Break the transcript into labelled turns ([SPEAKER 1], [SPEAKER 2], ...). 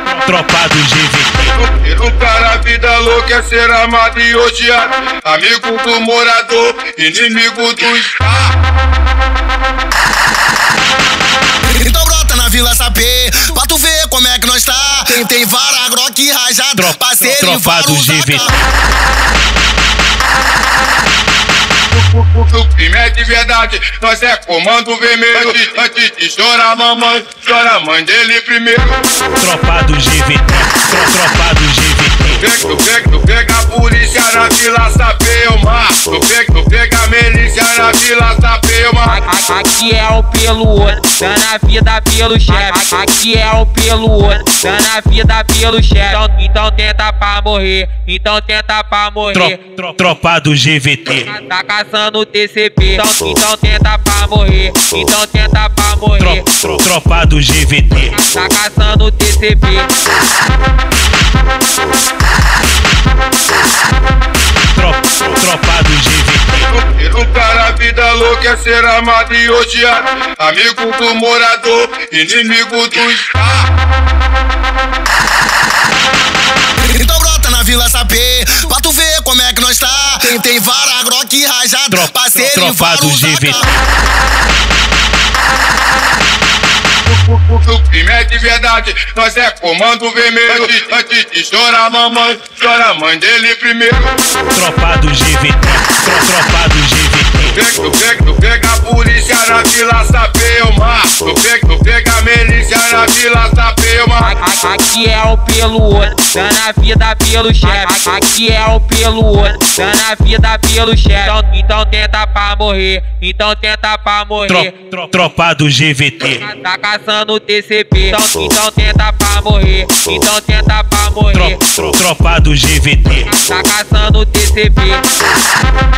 [SPEAKER 1] estado de vítima.
[SPEAKER 2] Lutar a vida louca é ser amado e odiado. Amigo do morador, inimigo do Estado.
[SPEAKER 3] Então brota na Vila Sapê, pra tu ver como é que nós tá. Tem, tem vara, groque, rajada,
[SPEAKER 1] Tro-
[SPEAKER 3] parceiro
[SPEAKER 1] tro-
[SPEAKER 3] e tá. vara,
[SPEAKER 1] tropados de
[SPEAKER 3] usa
[SPEAKER 1] vit-
[SPEAKER 3] ca-
[SPEAKER 2] Porque o crime é de verdade, nós é comando vermelho. Antes de chorar, mamãe, chora a mãe dele primeiro.
[SPEAKER 1] Tropado de vitrine, tro, tropado de vitrine.
[SPEAKER 2] Pega, tu pega, tu pega a polícia na vila, saber o mar. Tu pega, tu pega a milícia na vila, saber o
[SPEAKER 4] A-
[SPEAKER 2] mar.
[SPEAKER 4] a- Aqui é o pelo outro, dando a vida pelo chefe. A- Aqui é o pelo outro, dando a vida pelo chefe. Então, então tenta pra morrer, então tenta pra
[SPEAKER 1] Tro,
[SPEAKER 4] morrer.
[SPEAKER 1] tro, tropado de vitrine.
[SPEAKER 4] Tá- Tá caçando o TCP, então, então tenta pra morrer, então tenta pra morrer.
[SPEAKER 1] Tro, tro, tropado de vitrine.
[SPEAKER 4] Tá caçando o TCP.
[SPEAKER 1] Tro, tro, tropado de vitrine.
[SPEAKER 2] Lutar a vida louca é ser amado e odiado. Amigo do morador, inimigo do Estado.
[SPEAKER 3] Então brota na Vila Sapê, pra tu ver como é que nós tá. Tem, tem vara, groque, rajada,
[SPEAKER 1] Tro-
[SPEAKER 3] parceiro e tá. vara,
[SPEAKER 1] tropados
[SPEAKER 3] usa
[SPEAKER 1] de
[SPEAKER 3] ca-
[SPEAKER 1] vit-
[SPEAKER 2] Porque o crime é de verdade, nós é comando vermelho. Antes de chorar, mamãe, chora a mãe dele primeiro.
[SPEAKER 1] Tropado de vitrine, tro, tropado de vitrine.
[SPEAKER 2] Pega, tu pega, tu pega a polícia na vila, saber o mar. Tu pega, tu pega a milícia na vila, saber o
[SPEAKER 4] A-
[SPEAKER 2] mar.
[SPEAKER 4] a- Aqui é o pelo outro, dando a vida pelo chefe. A- Aqui é o pelo outro, dando a vida pelo chefe. Então, então tenta pra morrer, então tenta pra
[SPEAKER 1] Tro,
[SPEAKER 4] morrer.
[SPEAKER 1] tro, tropado de vitrine.
[SPEAKER 4] Tá- Tá caçando o TCP, então, então tenta pra morrer, então tenta pra
[SPEAKER 1] Tro,
[SPEAKER 4] morrer.
[SPEAKER 1] tro, tropado de vitrine.
[SPEAKER 4] Tá caçando o TCP.